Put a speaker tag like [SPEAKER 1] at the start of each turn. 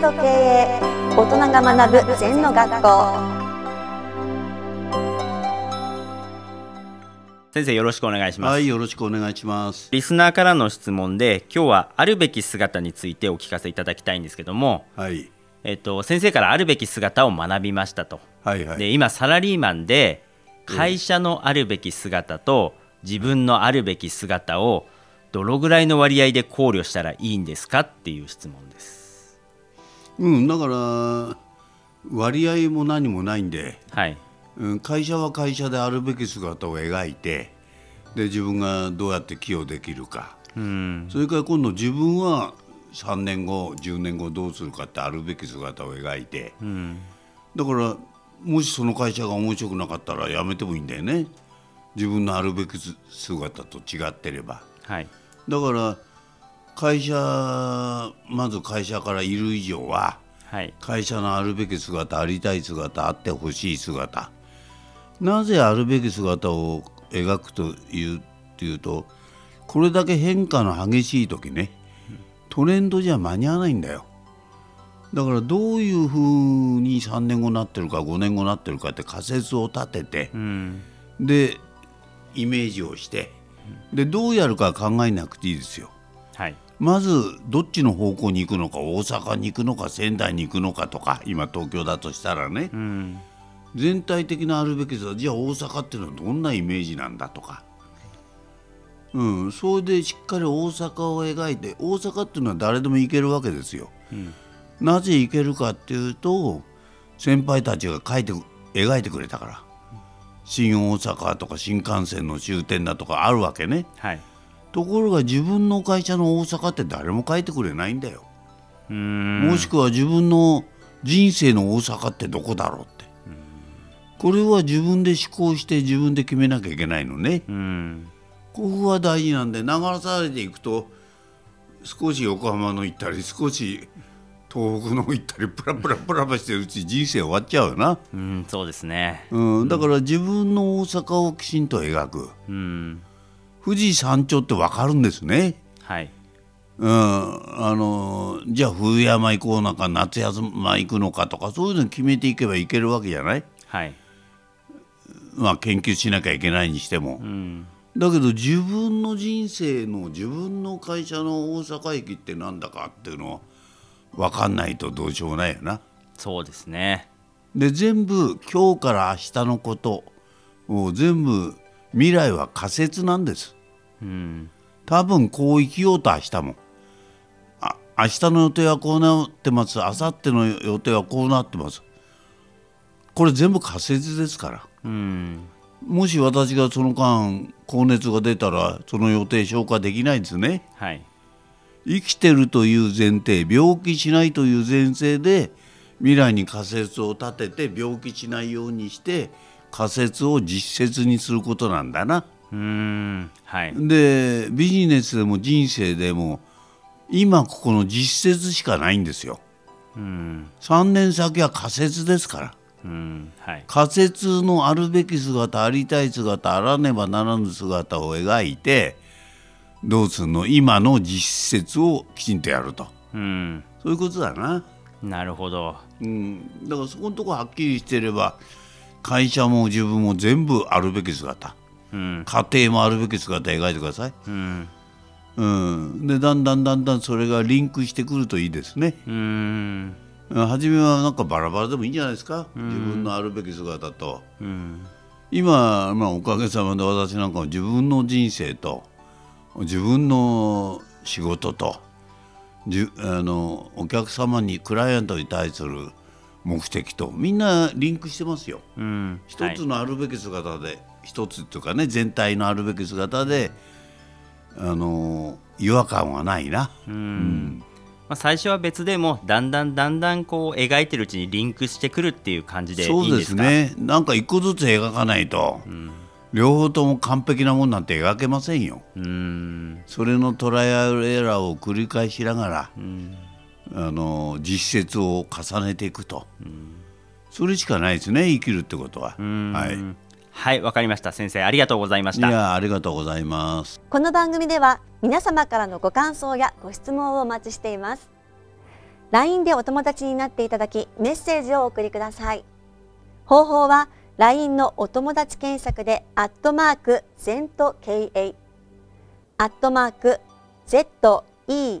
[SPEAKER 1] と経営大人が学ぶ禅の学校
[SPEAKER 2] 先生よろしくお願いします、
[SPEAKER 3] はい、よろしくお願いします。
[SPEAKER 2] リスナーからの質問で今日はあるべき姿についてお聞かせいただきたいんですけども、
[SPEAKER 3] はい、
[SPEAKER 2] えっと、先生からあるべき姿を学びましたと、
[SPEAKER 3] はい、はい。
[SPEAKER 2] で今サラリーマンで会社のあるべき姿と自分のあるべき姿をどのぐらいの割合で考慮したらいいんですかっていう質問です。
[SPEAKER 3] うん、だから、割合も何もないんで、
[SPEAKER 2] はい、
[SPEAKER 3] うん、会社は会社であるべき姿を描いて、で、自分がどうやって寄与できるか。
[SPEAKER 2] うん
[SPEAKER 3] それから今度自分は3年後、10年後どうするかってあるべき姿を描いて、
[SPEAKER 2] うん
[SPEAKER 3] だから、もしその会社が面白くなかったら辞めてもいいんだよね。自分のあるべき姿と違ってれば。
[SPEAKER 2] はい
[SPEAKER 3] だから会社まず会社からいる以上は
[SPEAKER 2] はい
[SPEAKER 3] 会社のあるべき姿ありたい姿あってほしい姿なぜあるべき姿を描くというっていうとこれだけ変化の激しい時ねトレンドじゃ間に合わないんだよだからどういうふうに3年後なってるか5年後なってるかって仮説を立てて、
[SPEAKER 2] うん
[SPEAKER 3] でイメージをしてでどうやるか考えなくていいですよ
[SPEAKER 2] はい
[SPEAKER 3] まずどっちの方向に行くのか大阪に行くのか仙台に行くのかとか今東京だとしたらね
[SPEAKER 2] うん
[SPEAKER 3] 全体的なあるべきさじゃあ大阪っていうのはどんなイメージなんだとかうんそれでしっかり大阪を描いて大阪っていうのは誰でも行けるわけですよ。なぜ行けるかっていうと先輩たちが書いて描いてくれたから新大阪とか新幹線の終点だとかあるわけね。
[SPEAKER 2] はい
[SPEAKER 3] ところが自分の会社の大阪って誰も書いてくれないんだよ、
[SPEAKER 2] うん
[SPEAKER 3] もしくは自分の人生の大阪ってどこだろうって、これは自分で思考して自分で決めなきゃいけないのね、
[SPEAKER 2] うん
[SPEAKER 3] ここが大事なんで流されていくと少し横浜の行ったり少し東北の行ったりプラプラプラプラしてるうち人生終わっちゃうよな、
[SPEAKER 2] うんそうですね
[SPEAKER 3] うん、だから自分の大阪をきちんと描く
[SPEAKER 2] うん
[SPEAKER 3] 富士山頂って分かるんですね
[SPEAKER 2] はい
[SPEAKER 3] うん、あのじゃあ冬山行こうのか夏山行くのかとかそういうの決めていけばいけるわけじゃない、
[SPEAKER 2] はい
[SPEAKER 3] まあ、研究しなきゃいけないにしても、
[SPEAKER 2] うん
[SPEAKER 3] だけど自分の人生の自分の会社の大阪駅ってなんだかっていうのは分かんないとどうしようもないよな。
[SPEAKER 2] そうですね
[SPEAKER 3] で全部今日から明日のことを全部未来は仮説なんです。
[SPEAKER 2] うん
[SPEAKER 3] 多分こう生きようと明日もあ明日の予定はこうなってます明後日の予定はこうなってますこれ全部仮説ですから
[SPEAKER 2] うん
[SPEAKER 3] もし私がその間高熱が出たらその予定消化できないんですね
[SPEAKER 2] はい
[SPEAKER 3] 生きてるという前提病気しないという前提で未来に仮説を立てて病気しないようにして仮説を実説にすることなんだな。
[SPEAKER 2] うんはい
[SPEAKER 3] でビジネスでも人生でも今ここの実説しかないんですよ
[SPEAKER 2] うん
[SPEAKER 3] 3年先は仮説ですから
[SPEAKER 2] うんはい
[SPEAKER 3] 仮説のあるべき姿ありたい姿あらねばならぬ姿を描いてどうすんの今の実説をきちんとやると
[SPEAKER 2] うん
[SPEAKER 3] そういうことだな
[SPEAKER 2] なるほど
[SPEAKER 3] うんだからそこのとこはっきりしてれば会社も自分も全部あるべき姿
[SPEAKER 2] うん
[SPEAKER 3] 家庭もあるべき姿描いてください
[SPEAKER 2] うん
[SPEAKER 3] うん、でだんだんだんだんそれがリンクしてくるといいですね。
[SPEAKER 2] うん
[SPEAKER 3] うん初めはなんかバラバラでもいいんじゃないですか、自分のあるべき姿と
[SPEAKER 2] うん
[SPEAKER 3] 今、まあ、おかげさまで私なんかも自分の人生と自分の仕事とじゅあのお客様にクライアントに対する目的とみんなリンクしてますよ。
[SPEAKER 2] うんは
[SPEAKER 3] 一
[SPEAKER 2] い
[SPEAKER 3] つのあるべき姿で、一つっていうかね全体のあるべき姿であの違和感はないな。
[SPEAKER 2] うんまあ最初は別でもだんだんだんだんこう描いてるうちにリンクしてくるっていう感じでい
[SPEAKER 3] そ
[SPEAKER 2] いん
[SPEAKER 3] う
[SPEAKER 2] で
[SPEAKER 3] ですす
[SPEAKER 2] か
[SPEAKER 3] ねなんか一個ずつ描かないと、両方とも完璧なもんなんて描けませんよ
[SPEAKER 2] うん
[SPEAKER 3] それのトライアルエラーを繰り返しながら、あの実説を重ねていくと、それしかないですね生きるってことは、はいい
[SPEAKER 2] はいわかりました先生ありがとうございました
[SPEAKER 3] やありがとうございます
[SPEAKER 1] この番組では皆様からのご感想やご質問をお待ちしています LINE でお友達になっていただきメッセージをお送りください方法は LINE のお友達検索でアットマーク ZENTKA アットマーク ZENTOKEIEI